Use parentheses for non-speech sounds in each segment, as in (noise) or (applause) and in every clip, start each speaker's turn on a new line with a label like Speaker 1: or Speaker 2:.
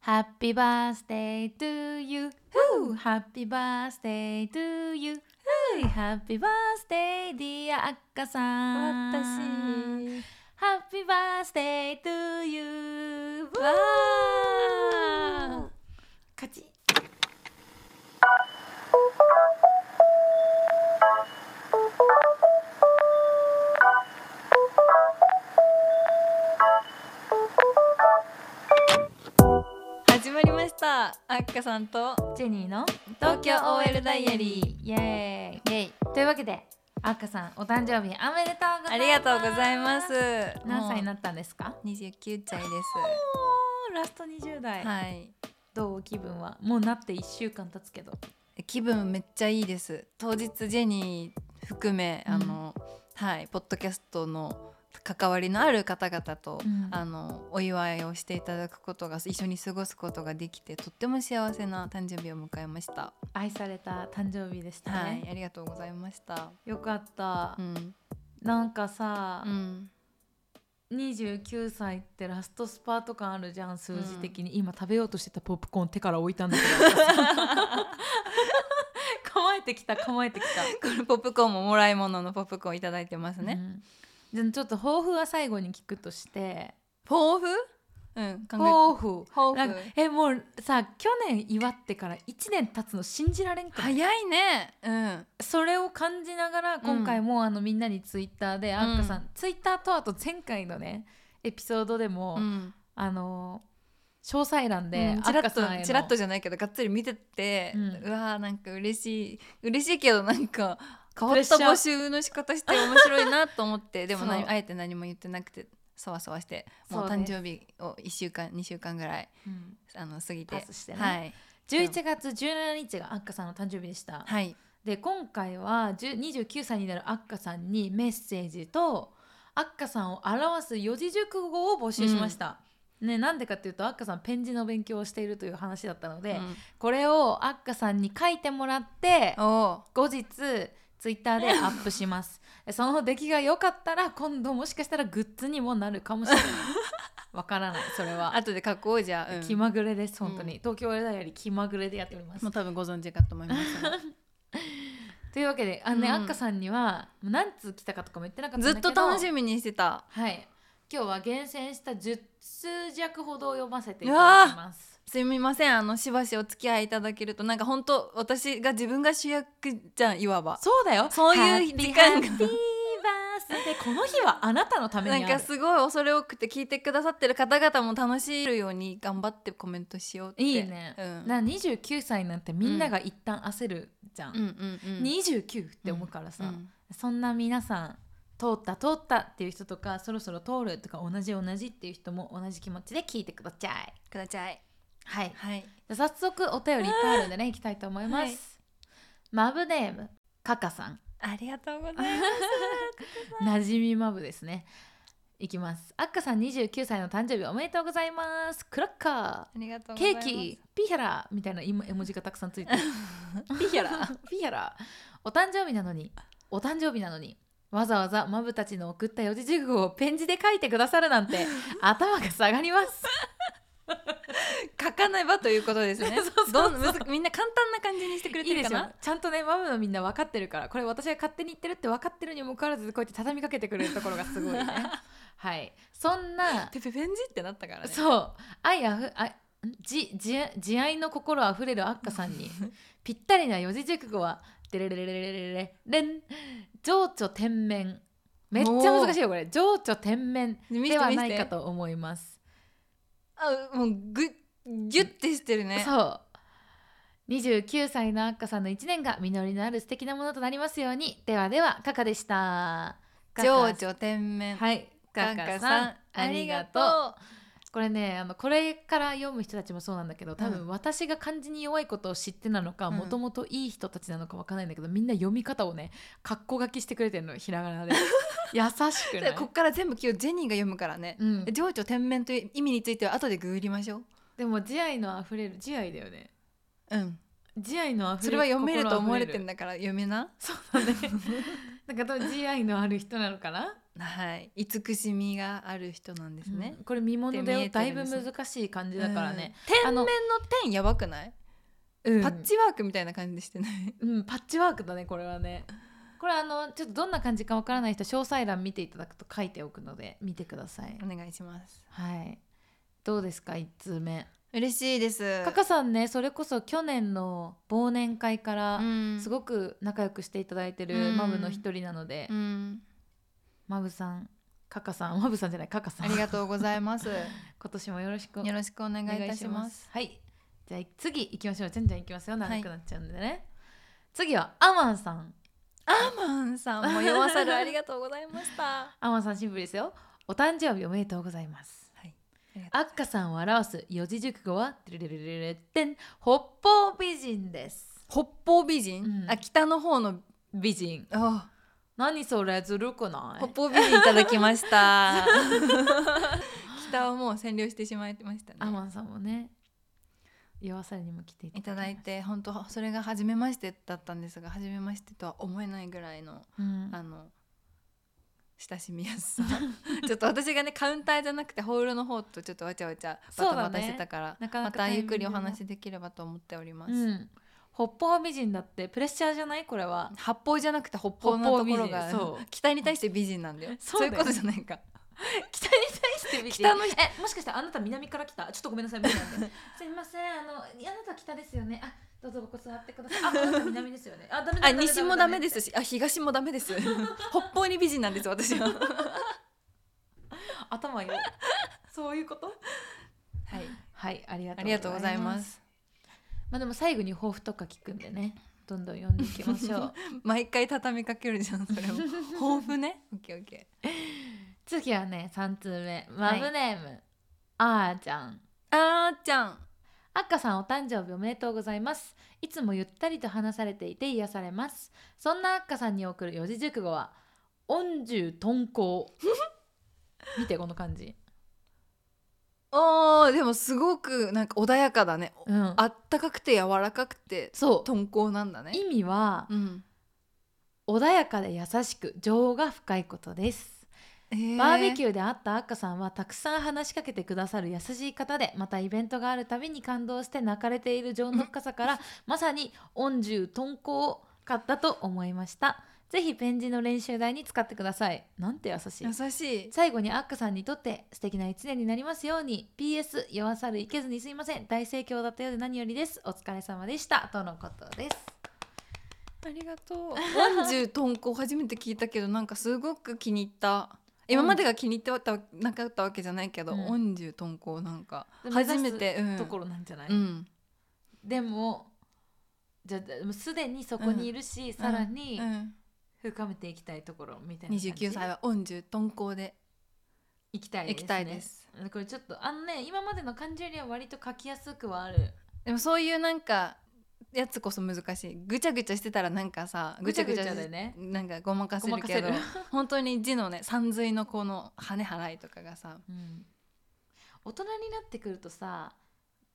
Speaker 1: Happy birthday to you. Woo! Happy birthday to you. Hey, Happy birthday, dear あっかさん。
Speaker 2: 私
Speaker 1: Happy birthday to you. わー
Speaker 2: 勝ち始まりましたあっかさんと
Speaker 1: ジェニーの
Speaker 2: 東京 OL ダイアリ
Speaker 1: ー。イエー
Speaker 2: イエイ
Speaker 1: イ。というわけで、あっかさん、お誕生日おめでとうござ
Speaker 2: あ
Speaker 1: います。
Speaker 2: りがとうございます
Speaker 1: 何歳に
Speaker 2: な
Speaker 1: なったんですか
Speaker 2: 29歳で
Speaker 1: おーラスト20代、
Speaker 2: すはい
Speaker 1: どう気分はもうなって1週間経つけど
Speaker 2: 気分めっちゃいいです当日ジェニー含め
Speaker 1: うん
Speaker 2: あの、はいポッドキャストの関わりのある方々と、
Speaker 1: うん
Speaker 2: あのお祝いをしていただくことが一緒に過ごすことができてとっても幸せな誕生日を迎えました、
Speaker 1: 愛された誕生日でしたね、
Speaker 2: はいありがとうございました
Speaker 1: よかった、
Speaker 2: うん、
Speaker 1: なんかさ
Speaker 2: う、ん、
Speaker 1: 29歳ってラストスパート感あるじゃん数字的に、今食べようとしてたポップコーン手から置いたんだけど (laughs) 構えてきた構えてき
Speaker 2: これポップコーンももらい物のポップコーンいただいてます
Speaker 1: た
Speaker 2: ね、
Speaker 1: うん、じゃあちょっと抱負は最後に聞くとして
Speaker 2: 抱負うん考
Speaker 1: 抱負
Speaker 2: え抱
Speaker 1: な
Speaker 2: 負
Speaker 1: んかえもうさ去年祝ってから1年経つの信じられんくない
Speaker 2: 早いねうん
Speaker 1: それを感じながら今回もあのみんなにツイッターで、あっかさんツイッターとあと前回のねエピソードでも、
Speaker 2: うん
Speaker 1: あの詳細欄で、
Speaker 2: うん
Speaker 1: あ
Speaker 2: チ
Speaker 1: っ
Speaker 2: ラ
Speaker 1: か
Speaker 2: ッ
Speaker 1: さんへ
Speaker 2: と
Speaker 1: の
Speaker 2: チラッとじゃないけどがっつり見てて、
Speaker 1: う
Speaker 2: うんわーなんか嬉しい嬉しいけどなんか変わ
Speaker 1: プレ
Speaker 2: っ
Speaker 1: ッシャ
Speaker 2: た
Speaker 1: ー
Speaker 2: 募集の仕方して面白いなと思っ
Speaker 1: (laughs)
Speaker 2: てでも何
Speaker 1: そう
Speaker 2: あえて何も言ってなくてそわそわしてもう
Speaker 1: そうね
Speaker 2: 誕生日を1週間2週間ぐらい
Speaker 1: うん
Speaker 2: あの過ぎて
Speaker 1: パスしてね
Speaker 2: はい、
Speaker 1: 11月17日があっかさんの誕生日でした、
Speaker 2: はい、
Speaker 1: で今回は10 29歳になるあっかさんにメッセージとあっかさんを表す四字熟語を募集しました、ね、なんでかっていうとあっかさんペン字の勉強をしているという話だったので、
Speaker 2: うん
Speaker 1: これをあっかさんに書いてもらって
Speaker 2: お
Speaker 1: 後日ツイッターでアップしますその出来が良かったら今度もしかしたらグッズにもなるかもし
Speaker 2: (laughs)
Speaker 1: れないわからないそれ
Speaker 2: あ
Speaker 1: は
Speaker 2: 後で書こうじゃあ、うん
Speaker 1: 気まぐれです本当に、
Speaker 2: う
Speaker 1: 東京俺らより気まぐれでやっております
Speaker 2: もう多分ご存知かと思いますが
Speaker 1: というわけであのね、
Speaker 2: うん
Speaker 1: あっかさんには何通来たかとかも言ってなかったん
Speaker 2: (laughs) ず
Speaker 1: だ
Speaker 2: っ
Speaker 1: けど
Speaker 2: と楽しみにしてた
Speaker 1: はい今日は厳選した10通弱ほどを読ませていうた
Speaker 2: わー
Speaker 1: だきます
Speaker 2: すみませんあのしばしお付き合いいただけるとなんか本当私が自分が主役じゃんいわば
Speaker 1: そうだよ
Speaker 2: そういう時間が
Speaker 1: ハッピーハッピーバースデーこの日はあなたのために
Speaker 2: な
Speaker 1: あ
Speaker 2: ん
Speaker 1: る
Speaker 2: かすごい恐れ多くて聞いてくださってる方々も楽しめるように頑張ってコメントしようって
Speaker 1: いいね、
Speaker 2: うん、
Speaker 1: な29歳なんてみんなが一旦焦るじゃん、
Speaker 2: うんうんうん
Speaker 1: 29って思うからさ、
Speaker 2: うん
Speaker 1: そんな皆さん通った通ったっていう人とかそろそろ通るとか同じ同じっていう人も同じ気持ちで聞いてください
Speaker 2: ください
Speaker 1: はい
Speaker 2: はい
Speaker 1: じゃあ早速お便りいっぱいあるんでねいきたいと思います、
Speaker 2: はい
Speaker 1: マブネームカカさん
Speaker 2: ありがとうござい (laughs) ます
Speaker 1: なじみマブですねいきますあっかさん29歳の誕生日おめでとうございますクラッカ
Speaker 2: ありがとう
Speaker 1: ー
Speaker 2: ござ
Speaker 1: ケ
Speaker 2: い
Speaker 1: ー
Speaker 2: ま
Speaker 1: キ
Speaker 2: す
Speaker 1: ピヒャラみたいな絵文字がたくさんついてる
Speaker 2: ピヒャラ
Speaker 1: フィアラお誕生日なのにお誕生日なのにわざわざマブたちの送った四字熟語をペン字で書いてくださるなん (laughs) て頭が下がり (laughs) ます
Speaker 2: (laughs) 書かねばということ (laughs) ですね
Speaker 1: そうそうそう
Speaker 2: どんむずみんな簡単な感じにしてくれ
Speaker 1: い
Speaker 2: て
Speaker 1: い
Speaker 2: る
Speaker 1: で
Speaker 2: か
Speaker 1: しょ
Speaker 2: な
Speaker 1: ちゃんとねマブのみんな分かってるからこれ私が勝手に言ってるって分かってるにもかかわらずこうやって畳みかけてくれるところがすごい (laughs) ねはいそんな
Speaker 2: ペペペンジってなったからね
Speaker 1: そう愛あふあんじじ慈愛の心あふれるあっかさんにぴったりな四字熟語は「デレレレレレレレレン情緒天面」めっちゃ難しいよこれ「情緒天面」
Speaker 2: 見せ
Speaker 1: で
Speaker 2: て
Speaker 1: は
Speaker 2: 見
Speaker 1: な
Speaker 2: せ
Speaker 1: い
Speaker 2: て
Speaker 1: かと思います。
Speaker 2: あもうぐギュッてしてるね
Speaker 1: そう29歳のあっかさんの1年が実りのある素敵なものとなりますようにではではカカでしたカカ
Speaker 2: 情緒天面
Speaker 1: はいカ
Speaker 2: カ
Speaker 1: カ
Speaker 2: カ
Speaker 1: さ
Speaker 2: さ
Speaker 1: ん
Speaker 2: ん
Speaker 1: あ
Speaker 2: あ
Speaker 1: り
Speaker 2: り
Speaker 1: が
Speaker 2: が
Speaker 1: と
Speaker 2: と
Speaker 1: う
Speaker 2: う
Speaker 1: これねあのこれから読む人たちもそうなんだけど多
Speaker 2: う
Speaker 1: 分私が漢字に弱いことを知ってなのか
Speaker 2: うん
Speaker 1: もともといい人たちなのかわかんないんだけどみんな読み方をね格好書きしてくれてるのひらがな (laughs) で優しくな
Speaker 2: で
Speaker 1: い
Speaker 2: こっから全部今日ジェニーが読むからね
Speaker 1: う、ん、
Speaker 2: 情緒天面という意味については後でググりましょう
Speaker 1: でも慈愛のあふれる慈愛だよね
Speaker 2: うん
Speaker 1: 慈愛のあふれ
Speaker 2: (laughs) それは読めると思われて
Speaker 1: る
Speaker 2: んだから読めな
Speaker 1: そうだね (laughs) なんか多分慈愛のある人なのかな
Speaker 2: はい慈しみがある人なんですね
Speaker 1: う、んこれ見物だ
Speaker 2: って見
Speaker 1: よ
Speaker 2: えて
Speaker 1: だ
Speaker 2: る
Speaker 1: い
Speaker 2: ん
Speaker 1: ぶ
Speaker 2: です
Speaker 1: 難しい感じだからね、
Speaker 2: 天
Speaker 1: あ
Speaker 2: 面の
Speaker 1: の
Speaker 2: 天やばくない、
Speaker 1: うん
Speaker 2: パッチワークみたいな感じしてない
Speaker 1: うん、パッチワークだねこれはねこれあのちょっとどんな感じかわからない人詳細欄見ていただくと書いておくので見てください、
Speaker 2: お願いします
Speaker 1: はいどうですか1通目
Speaker 2: 嬉しいです
Speaker 1: カカさんねそれこそ去年の忘年会から
Speaker 2: うん
Speaker 1: すごく仲良くしていただいて
Speaker 2: う
Speaker 1: る
Speaker 2: ん
Speaker 1: マブの一人なので、
Speaker 2: うん
Speaker 1: マブさんカカさんマブさんじゃないカカさ
Speaker 2: あ
Speaker 1: ん
Speaker 2: りがとうございます (laughs) よ
Speaker 1: 今年もよろしく
Speaker 2: ろしくお願いいたします
Speaker 1: はいじゃあ次行きましょうじゃんじゃん行きますよ
Speaker 2: はい
Speaker 1: 長くなっちゃうんでね、次はアマンさん
Speaker 2: アマンさんも弱さるありがとうございましたは
Speaker 1: アマンさんシンプルですよお誕生日おめでとうございます
Speaker 2: い
Speaker 1: アッカさんを表す四字熟語はてるるるるるってん北方美人です
Speaker 2: 北方美人、
Speaker 1: うん
Speaker 2: あ北の方の
Speaker 1: 美人
Speaker 2: あ
Speaker 1: 何それずるくない
Speaker 2: 北方美人いただきました (laughs) 北をもう占領してしまいましたね
Speaker 1: アマンさんもね弱さにも来てい
Speaker 2: いただい、て本当それが初めましてだったんですが初めましてとは思えないぐらいの
Speaker 1: うん
Speaker 2: あの親しみや (laughs) すさちょっと私がねカウンターじゃなくてホールの方とちょっとわちゃわちゃバタバタしてたから、
Speaker 1: なか
Speaker 2: ま
Speaker 1: なか
Speaker 2: た
Speaker 1: タイミ
Speaker 2: ゆ
Speaker 1: ン
Speaker 2: っ
Speaker 1: グ
Speaker 2: くりお
Speaker 1: が
Speaker 2: 話できればと思っております、
Speaker 1: うん、北方美人だってプレッシャーじゃないこれは
Speaker 2: 八方じゃなくて北方のところが
Speaker 1: 北方美人そう
Speaker 2: 北に対して美人なんだよ
Speaker 1: そうだよ
Speaker 2: いうことじゃないか
Speaker 1: 北に対して美人
Speaker 2: 北の
Speaker 1: えもしかしてあなた南から来たちょっとごめんなさいみたいなんですいませんあのあなた北ですよねあどうぞここ座ってくださいああなた南ですよねあダメだ
Speaker 2: あ西もダメですすしあ東もダメです (laughs) 北方に美人なんです私は
Speaker 1: 頭よそういうこと
Speaker 2: はい
Speaker 1: はいありがと
Speaker 2: あ
Speaker 1: う
Speaker 2: りがとうございます
Speaker 1: まあでも最後に抱負とか聞くんでねどんどん読んでいきましょう
Speaker 2: 毎回畳みかけるじゃ (laughs) んそれを抱負ねオッケーオッケ
Speaker 1: (laughs) 次はね3通目マブネーム、あーちゃん
Speaker 2: ーあーちゃん
Speaker 1: あっかさんお誕生日おめでとうございますいつもゆったりと話されていて癒されますそんなあっかさんに送る四字熟語は「恩重豚 (laughs) 行」見てこの感じ
Speaker 2: あーでもすごくなんか穏やかだね、
Speaker 1: うん
Speaker 2: あったかくて柔らかくて
Speaker 1: そう
Speaker 2: 豚骨なんだね
Speaker 1: 意味は
Speaker 2: うん
Speaker 1: 穏やかで優しく情が深いことです
Speaker 2: えー
Speaker 1: バーベキューで会ったアッカさんはたくさん話しかけてくださる優しい方でまたイベントがあるたびに感動して泣かれている情の深さから
Speaker 2: (laughs)
Speaker 1: まさに恩重豚行かったと思いましたぜひペン字の練習台に使ってくださいなんて優しい
Speaker 2: 優しい
Speaker 1: 最後にアッカさんにとって素敵な一年になりますように PS 弱さるいけずにすいません大盛況だったようで何よりですお疲れ様でしたとのことです
Speaker 2: ありがとう恩重豚骨初めて聞いたけどなんかすごく気に入った今までが気に入ってたなかったわけじゃないけど、
Speaker 1: うん
Speaker 2: 恩重豚骨なんか
Speaker 1: でも
Speaker 2: 初めて、うん、
Speaker 1: ところなんじゃない、
Speaker 2: うん
Speaker 1: でもじゃあでもすでにそこにいるし、さらに、
Speaker 2: うん
Speaker 1: 深めていきたいところみたいな感じ
Speaker 2: 29歳は恩重豚骨で
Speaker 1: 行きたいです、ね、
Speaker 2: 行きたいです
Speaker 1: これちょっとあのね今までの漢字よりは割と書きやすくはある
Speaker 2: でもそういうなんかやつこそ難しいぐちゃぐちゃしてたらなんかさぐちゃぐちゃ
Speaker 1: ぐちゃぐちゃで
Speaker 2: で
Speaker 1: ね
Speaker 2: なんかごまかせるけど
Speaker 1: ごまか
Speaker 2: 本当に字のね三髄のこの跳ね払いとかがさ
Speaker 1: うん大人になってくるとさ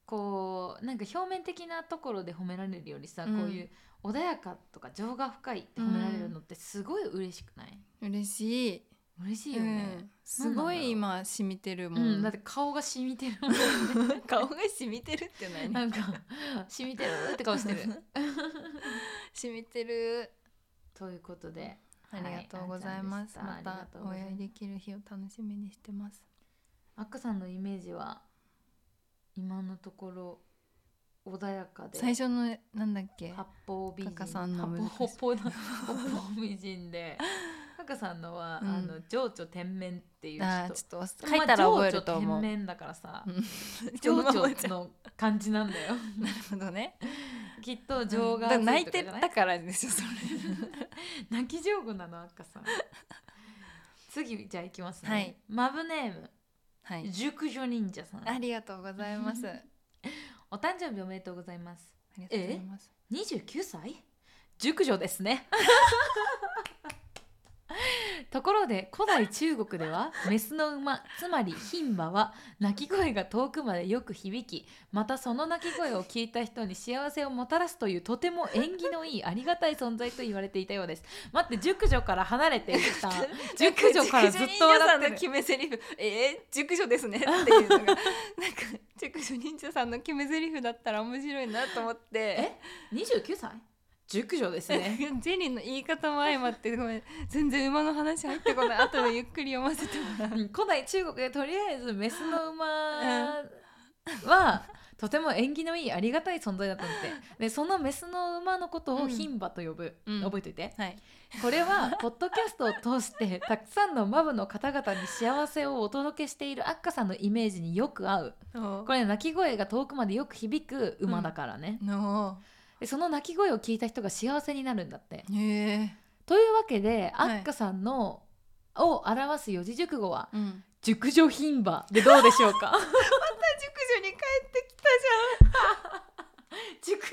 Speaker 1: こうなんか表面的なところで褒められるよりさ、
Speaker 2: うん
Speaker 1: こういう穏やかとか情が深いって褒められるのってすごい嬉しくない、
Speaker 2: 嬉しい
Speaker 1: 嬉しいよ
Speaker 2: う
Speaker 1: ね、
Speaker 2: んすごい今染みてる
Speaker 1: うん
Speaker 2: もん、
Speaker 1: だって顔が染みてるもんね
Speaker 2: (laughs) 顔が染みてるってない
Speaker 1: なんか染みてるって顔して
Speaker 2: (laughs)
Speaker 1: る
Speaker 2: 染みてる
Speaker 1: ということで
Speaker 2: ありがとうございます、
Speaker 1: はいあんちゃんでした
Speaker 2: またお会いできる日を楽しみにしてます
Speaker 1: アッカさんのイメージは今のところ穏やかで
Speaker 2: 最初のなんだっけ
Speaker 1: 八方美人
Speaker 2: カカさんの難しい
Speaker 1: 八方八方八方美人でカカさんのは、
Speaker 2: うん
Speaker 1: あの情緒天面っていう人
Speaker 2: あーちょっと
Speaker 1: ほん
Speaker 2: 書
Speaker 1: ま
Speaker 2: いたら覚えると思
Speaker 1: 情緒天
Speaker 2: う
Speaker 1: 面だからさ、
Speaker 2: うん
Speaker 1: 情
Speaker 2: (laughs) そのまま
Speaker 1: 緒
Speaker 2: じゃんな
Speaker 1: の感じなんだ
Speaker 2: (laughs)
Speaker 1: よ
Speaker 2: るほどね
Speaker 1: きっと情が
Speaker 2: だ
Speaker 1: 熱い
Speaker 2: から泣い
Speaker 1: と
Speaker 2: て
Speaker 1: かじゃな
Speaker 2: たからでしょそれ
Speaker 1: (laughs) 泣き上手なのアッカさん次じゃあいきますね、
Speaker 2: はい
Speaker 1: マブネーム
Speaker 2: は
Speaker 1: 熟女忍者さん
Speaker 2: (laughs) ありがとうございますあ
Speaker 1: お誕生日おめでとうございます
Speaker 2: りがとうございます
Speaker 1: (laughs) 29歳熟女ですねところで古代中国ではメスの馬つまり牝馬は鳴き声が遠くまでよく響きまたその鳴き声を聞いた人に幸せをもたらすというとても縁起のいいありがたい存在と言われていたようです待って熟女から離れてさ (laughs) 熟女からずっと笑って
Speaker 2: 熟女忍者
Speaker 1: る
Speaker 2: さんの決め台詞えー、熟女ですねっていうのがなんか熟女忍者さんの決め台詞だったら面白いなと思って
Speaker 1: 29歳熟女ですね
Speaker 2: ジェリーの言い方も相まってごめん全然馬の話入ってこない後でゆっくり読ませてもらう
Speaker 1: うん古代中国でとりあえずメスの馬はとても縁起のいいありがたい存在だったんででそのメスの馬のことを
Speaker 2: うん
Speaker 1: 牝馬と呼ぶ、
Speaker 2: うん
Speaker 1: 覚えといて
Speaker 2: はい
Speaker 1: これはポッドキャストを通してたくさんのマブの方々に幸せをお届けしているアッカさんのイメージによく合う
Speaker 2: こ
Speaker 1: これ鳴き声が遠くまでよく響く馬だからね、
Speaker 2: の
Speaker 1: でその鳴き声を聞いた人が幸せになるんだって
Speaker 2: へえ
Speaker 1: というわけで、
Speaker 2: はい
Speaker 1: アッカさんのを表す四字熟語は
Speaker 2: うん
Speaker 1: 熟女牝馬でどうでしょうか
Speaker 2: 熟女に帰ってき
Speaker 1: (laughs) 熟女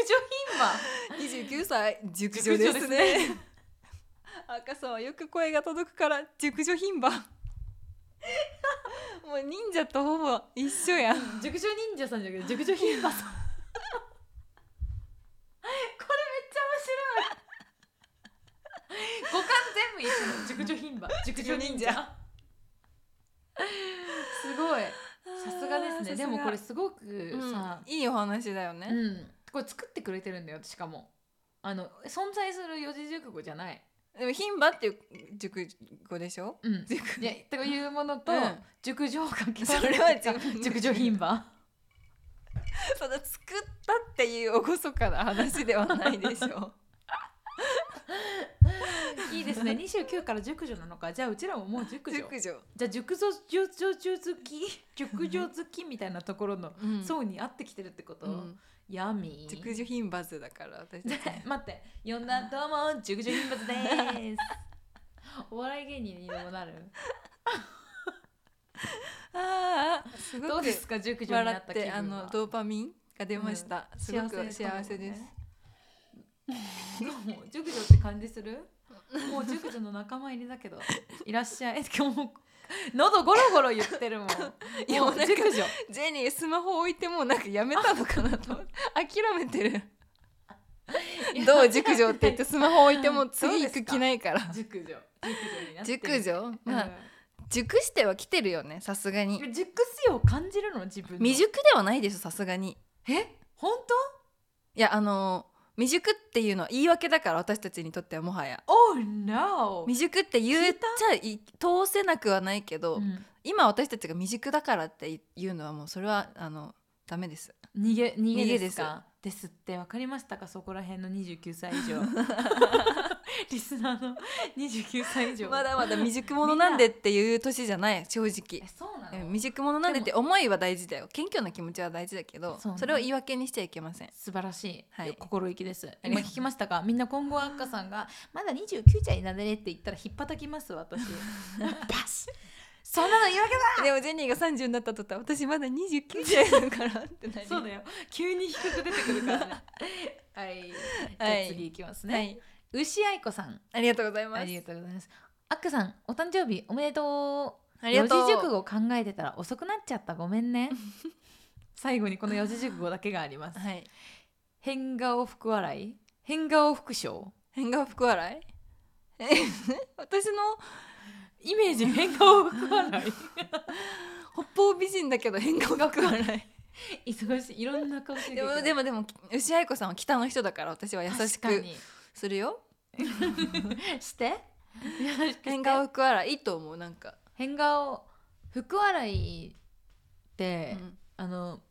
Speaker 1: 牝馬
Speaker 2: 二十九歳熟
Speaker 1: 女ですね。
Speaker 2: 赤さんはよく声が届くから熟女品馬。 (laughs) もう忍者とほぼ一緒やん。
Speaker 1: 熟女忍者さんじゃな (laughs) くて熟女牝馬さんこれめっちゃ面白い五感全部一緒の熟女牝馬 (laughs) 熟女忍者すごいさすがですねでもこれすごくさ、
Speaker 2: いいお話だよね。
Speaker 1: うん、これ作ってくれてるんだよしかもあの存在する四字熟語じゃない、
Speaker 2: でも品馬っていう熟語でしょ。
Speaker 1: うん、
Speaker 2: 熟
Speaker 1: いやというものと、
Speaker 2: うん
Speaker 1: 熟女を掛け合わ
Speaker 2: そ
Speaker 1: せ
Speaker 2: れ
Speaker 1: た
Speaker 2: (laughs) は自分
Speaker 1: (laughs)
Speaker 2: の
Speaker 1: 熟女牝馬
Speaker 2: その作ったっていうおごそかな話ではないでしょ。
Speaker 1: いいですね29から熟女なのかじゃあうちらももう熟女
Speaker 2: 熟女。
Speaker 1: じゃあ熟女熟女好き熟女好きみたいなところの
Speaker 2: うん
Speaker 1: 層に合ってきてるってこと、
Speaker 2: うん
Speaker 1: ヤミー
Speaker 2: 熟女品馬図だから私たち。
Speaker 1: (laughs) 待って呼んだどうも熟女人物ですお笑い芸人にでもなる
Speaker 2: (laughs) ああすごく
Speaker 1: どうですか熟女にな
Speaker 2: 笑
Speaker 1: った気
Speaker 2: って
Speaker 1: 分は
Speaker 2: あのドーパミンが出ました、
Speaker 1: うん
Speaker 2: すごく
Speaker 1: 幸せ
Speaker 2: 幸せです、
Speaker 1: どう (laughs) も熟女って感じするもう熟女の仲間入りだ
Speaker 2: (laughs)
Speaker 1: けどいらっしゃい今日もう喉ゴロゴロ言ってるもん
Speaker 2: (laughs) いや
Speaker 1: も
Speaker 2: もう
Speaker 1: う
Speaker 2: なん
Speaker 1: 熟
Speaker 2: か
Speaker 1: 女
Speaker 2: ジェニースマホ置いてもうなんかやめたのかな
Speaker 1: (laughs)
Speaker 2: と諦めてるどう熟女って言ってスマホ置いても次行く気ないから
Speaker 1: (laughs) 熟女熟女になってる
Speaker 2: 熟女まあ、熟しては来てるよねさすがに
Speaker 1: うん、熟しを感じるの自分の
Speaker 2: 未熟ではないでしょさすがに
Speaker 1: え本
Speaker 2: いやあの未熟っていうのは言い訳だから私たちにとってはもはや
Speaker 1: 当 ?Oh no!
Speaker 2: 未熟って言っちゃい通せなくはないけど、
Speaker 1: うん
Speaker 2: 今私たちが未熟だからっていうのはもうそれはあのダメです
Speaker 1: 逃げ逃
Speaker 2: 逃
Speaker 1: げ
Speaker 2: げ
Speaker 1: で
Speaker 2: ですす
Speaker 1: かですって分かりましたかそこら辺の29歳以
Speaker 2: (laughs)
Speaker 1: 上リスナーの29歳以上
Speaker 2: まだまだ未熟者なんでっていう年じゃない正
Speaker 1: え
Speaker 2: 直
Speaker 1: そうな
Speaker 2: うん
Speaker 1: の
Speaker 2: 未熟者なんでって思いは大事だよ謙虚な気持ちは大事だけど
Speaker 1: そ
Speaker 2: そう
Speaker 1: ね
Speaker 2: れを言い訳にしちゃいけません
Speaker 1: 素晴らしい、
Speaker 2: はい
Speaker 1: 心意気です
Speaker 2: り
Speaker 1: 今
Speaker 2: がとう
Speaker 1: 聞きましたかみんな今後アッカさんが「まだ29歳になれね」って言ったらひっぱたきます私 (laughs) バシッそんなの言い訳だ
Speaker 2: でもジェニーが30になったとた私まだ29歳だからってなり
Speaker 1: そうだよ急に低く出てくるからね (laughs) はいじゃあ次いきますね、
Speaker 2: はい
Speaker 1: 牛愛子さん
Speaker 2: ありがとうございます
Speaker 1: ありがとうございますアックさんお誕生日おめでとう
Speaker 2: ありがとう
Speaker 1: 四字熟語を考えてたら遅くなっちゃったごめ (laughs) んね最後にこの四字熟語だけがあります
Speaker 2: はい
Speaker 1: 変顔福笑い変顔副賞
Speaker 2: 変顔福笑いえ (laughs) 私の
Speaker 1: イメージ変顔福笑
Speaker 2: 北方美人だけど変顔福笑
Speaker 1: い忙しいいろんな顔して (laughs) るけ
Speaker 2: いで
Speaker 1: ど
Speaker 2: もでもでも牛愛子さんは北の人だから私は優し
Speaker 1: 確
Speaker 2: く
Speaker 1: かに
Speaker 2: するよ
Speaker 1: して
Speaker 2: 変顔福笑いいと思うなんか、
Speaker 1: 変顔福笑いって、
Speaker 2: うん
Speaker 1: あの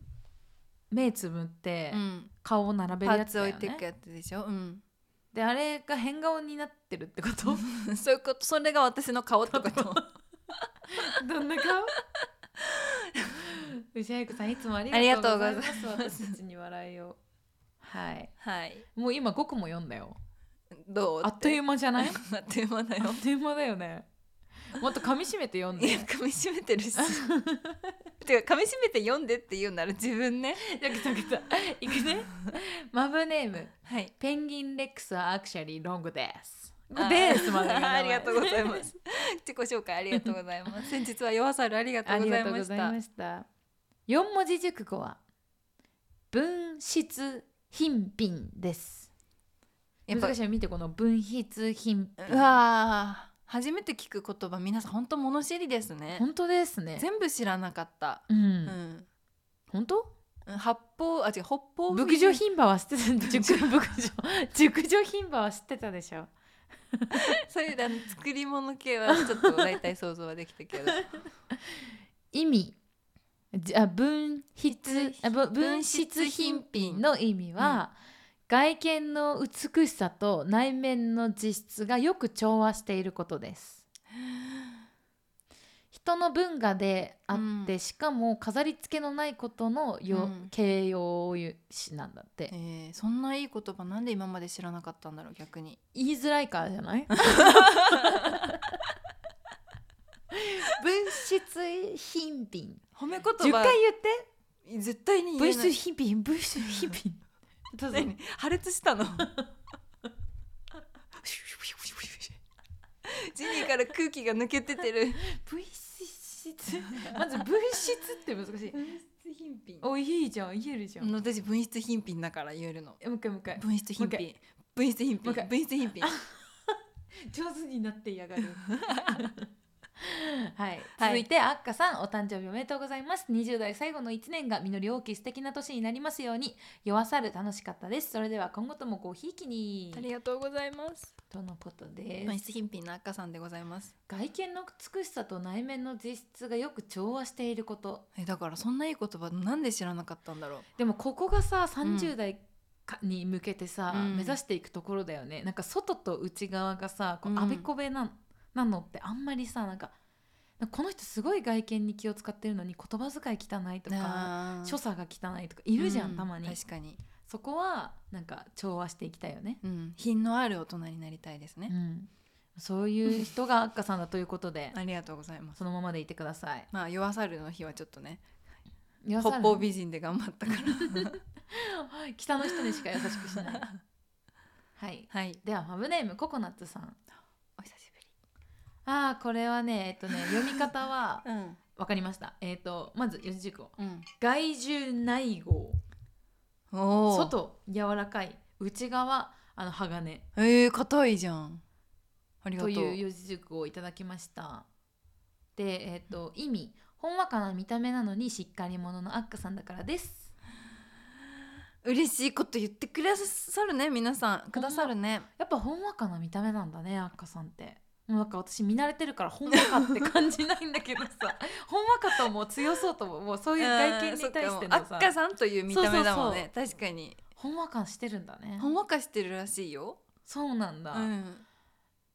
Speaker 1: 目つぶって
Speaker 2: うん
Speaker 1: 顔を並べ
Speaker 2: パ
Speaker 1: る
Speaker 2: ー
Speaker 1: やつ
Speaker 2: ツ
Speaker 1: だよね
Speaker 2: 置いていくやつでしょ、うん、 (laughs)
Speaker 1: であれが変顔になってるってこと
Speaker 2: そういうことそれが私の顔ってこと
Speaker 1: どんな顔牛愛子さんいつもありがとうございます私たちに笑いをはい
Speaker 2: はい
Speaker 1: もう今5個も読んだよ
Speaker 2: どう
Speaker 1: あっという
Speaker 2: 間
Speaker 1: 間じゃない
Speaker 2: (laughs) あっという間だ
Speaker 1: あ
Speaker 2: よ
Speaker 1: っという間だよねもっと噛み締めて読ん
Speaker 2: い
Speaker 1: で
Speaker 2: や噛み締め
Speaker 1: (laughs)
Speaker 2: てるしてか噛み締めて読んでって言うなら自分ね
Speaker 1: やけたけたいくねマブネーム
Speaker 2: はい
Speaker 1: ペンギンレックスはアクシャリーロングですですまで
Speaker 2: ありがとうございます。自己紹介ありがとうござい
Speaker 1: (laughs)
Speaker 2: ます。先日は弱さるありがと
Speaker 1: あ
Speaker 2: うご
Speaker 1: り
Speaker 2: ざ
Speaker 1: が
Speaker 2: い
Speaker 1: とう
Speaker 2: ま
Speaker 1: ご
Speaker 2: し
Speaker 1: ざ
Speaker 2: た。
Speaker 1: いました。四文字熟語は分質品品です。
Speaker 2: やっぱ
Speaker 1: 難しいよ見てこの分質品
Speaker 2: う
Speaker 1: 品。
Speaker 2: わー初めて聞く言葉皆さん本当物知りですね。
Speaker 1: 本当ですね。
Speaker 2: 全部知らなかった。
Speaker 1: う。
Speaker 2: うんん。
Speaker 1: 本当？
Speaker 2: 八方あ違う北方
Speaker 1: 牧場牝馬は知ってたん (laughs) で熟牧場熟場牝馬は知ってたでしょ。
Speaker 2: そういうあの作り物系はちょっと大体想像はできたけ (laughs) ど。
Speaker 1: 意味。じあ分質あぶ分質品品の意味は、外見の美しさと内面の実質がよく調和していることです。人の文化であって、
Speaker 2: う
Speaker 1: しかも飾り付けのないことのよ、
Speaker 2: うん
Speaker 1: 形容詞なんだって、
Speaker 2: えーそんないい言葉なんで今まで知らなかったんだろう逆に。
Speaker 1: 言いづらいからじゃ
Speaker 2: (laughs)
Speaker 1: ない分質品品
Speaker 2: 褒め言
Speaker 1: 10回言って
Speaker 2: 絶対に言
Speaker 1: 分
Speaker 2: えな
Speaker 1: 質
Speaker 2: い。
Speaker 1: 品品分質品品どうぞ
Speaker 2: 何破裂した (laughs) のジニーから空気が抜けててる
Speaker 1: 分質 (laughs) まず分質って難しい
Speaker 2: 分質品品
Speaker 1: おいいじゃん言えるじゃん、も
Speaker 2: 私分質品品だから言えるの
Speaker 1: う一回もう一回
Speaker 2: 分質品
Speaker 1: もう
Speaker 2: 品分質品
Speaker 1: もう一
Speaker 2: 品
Speaker 1: 回
Speaker 2: 分質品 (laughs) 品
Speaker 1: 上手になってや
Speaker 2: (laughs)
Speaker 1: がる。はい、
Speaker 2: はい
Speaker 1: 続いて、あっかさん、お誕生日おめでとうございます。20代最後の1年が実り大きい素敵な年になりますように、弱さる楽しかったです。それでは今後ともごひいきに
Speaker 2: あ。りがとうございます
Speaker 1: とのことです。
Speaker 2: 分質品品の赤さんでございます
Speaker 1: 外見の美しさと内面の実質がよく調和していること。
Speaker 2: えだからそんないい言葉なんで知らなかったんだろう
Speaker 1: でも、ここがさ、30代かに向けてさ、
Speaker 2: うん
Speaker 1: 目指していくところだよね。なんか外と内側がさ、こ
Speaker 2: う
Speaker 1: うんあべこべな,、なのって、あんまりさ、なんか。なんかこの人すごい外見に気を使ってるのに言葉遣い汚いとか
Speaker 2: あー
Speaker 1: 所作が汚いとかいるじゃん、
Speaker 2: う
Speaker 1: たまに
Speaker 2: 確かに、
Speaker 1: そこはなんか調和していきたいよね、
Speaker 2: うん、品のある大人になりたいです
Speaker 1: う
Speaker 2: ね、
Speaker 1: ん、そういう人がアッカさんだということ
Speaker 2: (laughs)
Speaker 1: で
Speaker 2: ありがとうございます
Speaker 1: そのままでいてください
Speaker 2: まあ弱さるの日はちょっとね
Speaker 1: 皆さ
Speaker 2: 北
Speaker 1: ん
Speaker 2: 方美人で頑張ったから
Speaker 1: (laughs) 北の人にしか優しくしないはい
Speaker 2: (laughs) はい
Speaker 1: ではファブネームココナッツさん
Speaker 2: お久しぶり
Speaker 1: あーこれはねえっ
Speaker 2: (laughs)
Speaker 1: とね読み方は
Speaker 2: うん
Speaker 1: わかりましたえっ、とまず四字熟語
Speaker 2: うん
Speaker 1: 外獣内合
Speaker 2: おお
Speaker 1: 外柔らかい内側あの鋼
Speaker 2: えー、硬いじゃんありが
Speaker 1: と
Speaker 2: とう
Speaker 1: いう四字熟語をいただきましたでえっ、と意味ほんわかな見た目なのにしっかり者のアッカさんだからです
Speaker 2: 嬉しいこと言ってくださるね皆さんくださるね
Speaker 1: やっぱほんわかな見た目なんだねアッカさんってもうなんか私見慣れてるからほんわかって感じないんだけどさ
Speaker 2: (laughs)
Speaker 1: ほんわかとも強そうとももうそういう外見に対しての
Speaker 2: あっ
Speaker 1: さ
Speaker 2: かさんという見た目だもんね確かに
Speaker 1: ほんわかしてるんだね
Speaker 2: ほんわかしてるらしいよ
Speaker 1: そうなんだ、
Speaker 2: うん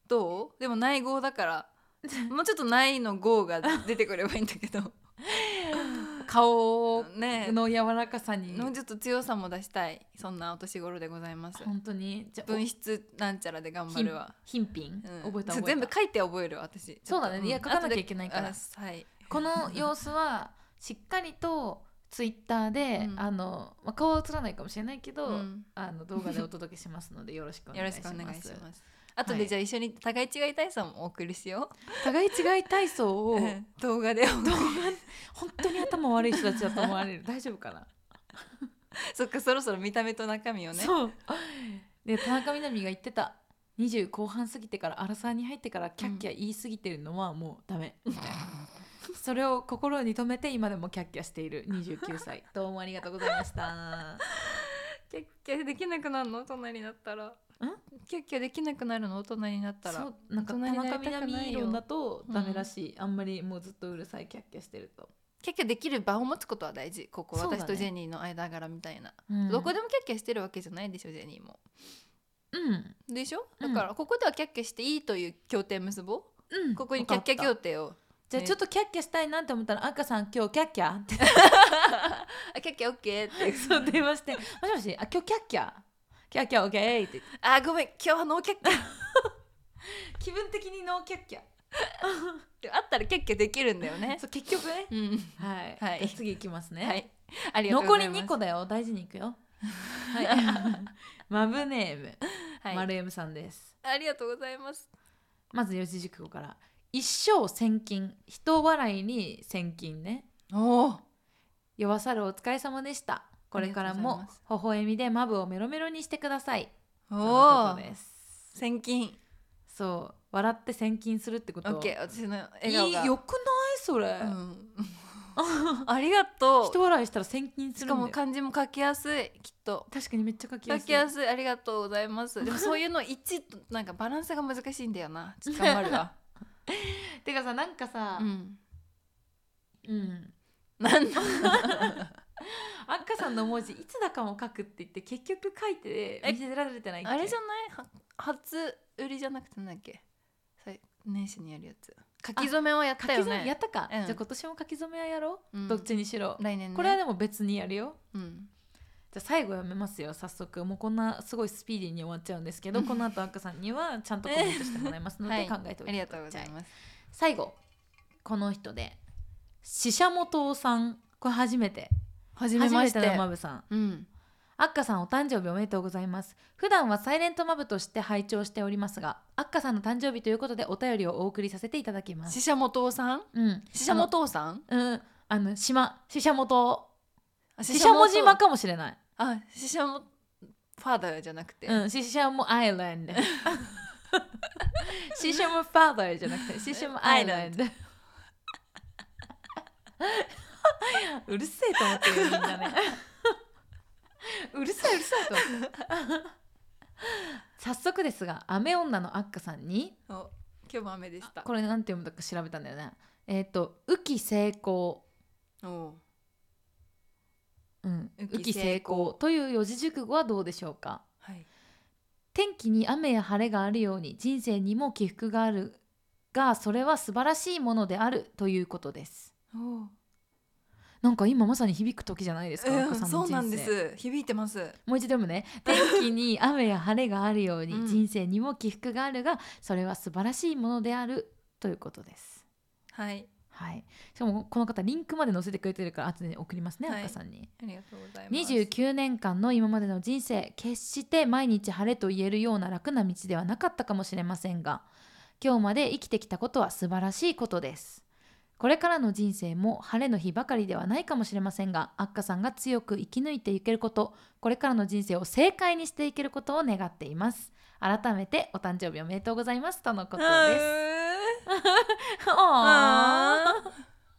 Speaker 2: どうでも内合だからもうちょっと内の合が出てくればいいんだけど
Speaker 1: 顔
Speaker 2: ねえ
Speaker 1: の柔らかさに
Speaker 2: もうちょっと強さも出したいそんなお年頃でございます
Speaker 1: 本当にじゃあ
Speaker 2: 分質なんちゃらで頑張るわ、
Speaker 1: 品品、
Speaker 2: うん
Speaker 1: 覚えた
Speaker 2: ちょ
Speaker 1: 覚えた
Speaker 2: 全部書いて覚えるわ私
Speaker 1: そうだねいや書かなきゃい
Speaker 2: け
Speaker 1: けないから
Speaker 2: はい
Speaker 1: この様子はしっかりとツイッターで、
Speaker 2: うん
Speaker 1: あのまあ、顔は映らないかもしれないけど、
Speaker 2: うん
Speaker 1: あの動画でお届けしますのでよろしくお
Speaker 2: よ
Speaker 1: 願
Speaker 2: ろ
Speaker 1: い
Speaker 2: し
Speaker 1: し
Speaker 2: くお願
Speaker 1: ま
Speaker 2: いし
Speaker 1: す。
Speaker 2: ます。あと
Speaker 1: は
Speaker 2: で
Speaker 1: い
Speaker 2: じゃあ一緒に互い違い体操もお送りしよ
Speaker 1: 互い違い体操
Speaker 2: う。
Speaker 1: を
Speaker 2: (laughs) 動画でお送り。
Speaker 1: (laughs) 本当に頭悪い人たちだと思われる大丈夫かな、
Speaker 2: (laughs) そっかそろそろ見た目と中身をね。
Speaker 1: そうで田中みな実が言ってた20後半過ぎてからアラサーに入ってからキャッキャ言い過ぎてるのはもうダ
Speaker 2: (laughs)
Speaker 1: メ、それを心に留めて今でもキャッキャしている29歳どうもありがとうございました。
Speaker 2: キャッキャできなくなるの大人になったら。ん？キャッキャできなくなるの大人になったら。
Speaker 1: そうなんか田
Speaker 2: 大人になり
Speaker 1: 中
Speaker 2: たく
Speaker 1: み
Speaker 2: ないよ
Speaker 1: な実論だとダメらしい、あんまりもうずっとうるさいキャッキャしてると、
Speaker 2: キャッキャできる場を持つことは大事。ここ
Speaker 1: そうだね
Speaker 2: 私とジェニーの間柄みたいな。どこでもキャッキャしてるわけじゃないでしょジェニーも。
Speaker 1: うん
Speaker 2: でしょ？
Speaker 1: う
Speaker 2: だ
Speaker 1: ん
Speaker 2: からここではキャッキャしていいという協定結ぼ
Speaker 1: うん
Speaker 2: う。ここにキャッキャ協定を。
Speaker 1: じゃあちょっとキャッキャしたいなって思ったら赤さん今日キャッキャって
Speaker 2: あキャッキャオッケーって。
Speaker 1: そう電話してもしもしあ今日キャッキャキャッキャオッケーって言って
Speaker 2: あごめん今日はノーキャッキャ
Speaker 1: 気分的にノーキャッキャ
Speaker 2: ってあったらキャッキャできるんだよね。
Speaker 1: (laughs) そう結局ね
Speaker 2: うん。
Speaker 1: はい、
Speaker 2: はい
Speaker 1: じゃあ次いきますね、
Speaker 2: はい。ありがとうご
Speaker 1: 残
Speaker 2: ざ
Speaker 1: り
Speaker 2: い
Speaker 1: (laughs) 2
Speaker 2: ます。
Speaker 1: 個だよ大事にいくよはいマブネーム
Speaker 2: はい
Speaker 1: 丸 M さんです
Speaker 2: ありがとうございます
Speaker 1: まず四字熟語から一生千金人笑いに千金ね
Speaker 2: おお
Speaker 1: 弱さるお疲れ様でしたこれからも微笑みでマブをメロメロにしてくださいとの
Speaker 2: お
Speaker 1: こ
Speaker 2: お
Speaker 1: とです
Speaker 2: 千金
Speaker 1: そう笑って千金するってこ
Speaker 2: オ
Speaker 1: と
Speaker 2: ッケー私の笑顔
Speaker 1: い
Speaker 2: が
Speaker 1: いよくないそれ、
Speaker 2: うん (laughs) ありがと
Speaker 1: 人笑いしたら千金
Speaker 2: う
Speaker 1: す
Speaker 2: し
Speaker 1: る
Speaker 2: か
Speaker 1: んだ
Speaker 2: も
Speaker 1: よ
Speaker 2: 漢字も書きやすいきっと
Speaker 1: 確かにめっちゃ書きや
Speaker 2: 書
Speaker 1: すい
Speaker 2: きやすいありがとうございますでもそういうの一となんかバランスが難しいんだよなちょっと頑張るわ
Speaker 1: てかさなんかさ、
Speaker 2: うん
Speaker 1: うん
Speaker 2: なんだ
Speaker 1: あっかさんの文字いつだかも書くって言って結局書いて
Speaker 2: え
Speaker 1: 見せられてないっけ
Speaker 2: あれじゃないは初売りじゃなくてなんだっけさい年始にやるやつ書き初めをやっ
Speaker 1: 書
Speaker 2: た
Speaker 1: き
Speaker 2: よ
Speaker 1: 初めや
Speaker 2: ね
Speaker 1: ったか、
Speaker 2: うん
Speaker 1: じゃあ今年も書き初めはやろう、
Speaker 2: うん
Speaker 1: どっちにしろ、
Speaker 2: 来年ね
Speaker 1: これはでも別にやるよ
Speaker 2: うん
Speaker 1: じゃあ最後読めますよ早速もうこんなすごいスピーディーに終わっちゃうんですけどこの後あっかさんにはちゃんとコメントしてもらいますの
Speaker 2: (laughs) は
Speaker 1: で
Speaker 2: い
Speaker 1: 考えてお
Speaker 2: あ
Speaker 1: い
Speaker 2: り
Speaker 1: て
Speaker 2: が
Speaker 1: く
Speaker 2: とうご
Speaker 1: ださ
Speaker 2: ざい
Speaker 1: い
Speaker 2: ます
Speaker 1: 最後この人でししゃもとうさんこれ初めて
Speaker 2: 初
Speaker 1: 初
Speaker 2: めま
Speaker 1: め
Speaker 2: して
Speaker 1: てのまぶさん
Speaker 2: うん
Speaker 1: あっかさんお誕生日おめでとうございます普段はサイレントマブとして拝聴しておりますがあっかさんの誕生日ということでお便りをお送りさせていただきます
Speaker 2: ししゃもとうさん
Speaker 1: うん
Speaker 2: ししゃもとうさん
Speaker 1: あのうんあの島ししゃもと
Speaker 2: あ
Speaker 1: うししゃも
Speaker 2: とう
Speaker 1: 島かもしれない
Speaker 2: あししゃもファーダーじゃなくて
Speaker 1: うん、シシャムアイラン (laughs) ド。シシャムファーダーじゃなくて、シシャムアイランド。うるせえと思ってるよみんなね。 (laughs) うるさいうるさいと思って。早速ですが、雨女のアッカさんに、
Speaker 2: お今日も雨でした
Speaker 1: これなんて読むだか調べたんだよね。えっ、と、雨季成功。
Speaker 2: おう
Speaker 1: うん、
Speaker 2: 雨
Speaker 1: 雨
Speaker 2: 季
Speaker 1: 季
Speaker 2: 成
Speaker 1: 成
Speaker 2: 功
Speaker 1: 功という四字熟語はどうでしょうか。
Speaker 2: はい
Speaker 1: 天気に雨や晴れがあるように人生にも起伏があるがそれは素晴らしいものであるということです
Speaker 2: おう
Speaker 1: なんか今まさに響く時じゃないですか、
Speaker 2: う
Speaker 1: 赤
Speaker 2: ん
Speaker 1: さん
Speaker 2: そ
Speaker 1: の人生
Speaker 2: うなんです響いてます
Speaker 1: もう一度読む
Speaker 2: (laughs)
Speaker 1: ね天気に雨や晴れがあるよう
Speaker 2: うん
Speaker 1: に人生にも起伏があるがそれは素晴らしいものであるということです
Speaker 2: はい
Speaker 1: はいしかもこの方リンクまで載せてくれてるから後で送りますね、
Speaker 2: はい
Speaker 1: 赤さんに
Speaker 2: ありがとうございます
Speaker 1: 29年間の今までの人生決して毎日晴れと言えるような楽な道ではなかったかもしれませんが今日まで生きてきたことは素晴らしいことですこれからの人生も晴れの日ばかりではないかもしれませんがあっかさんが強く生き抜いていけることこれからの人生を正解にしていけることを願っています改めてお誕生日おめでとうございますとのことです
Speaker 2: あ
Speaker 1: あ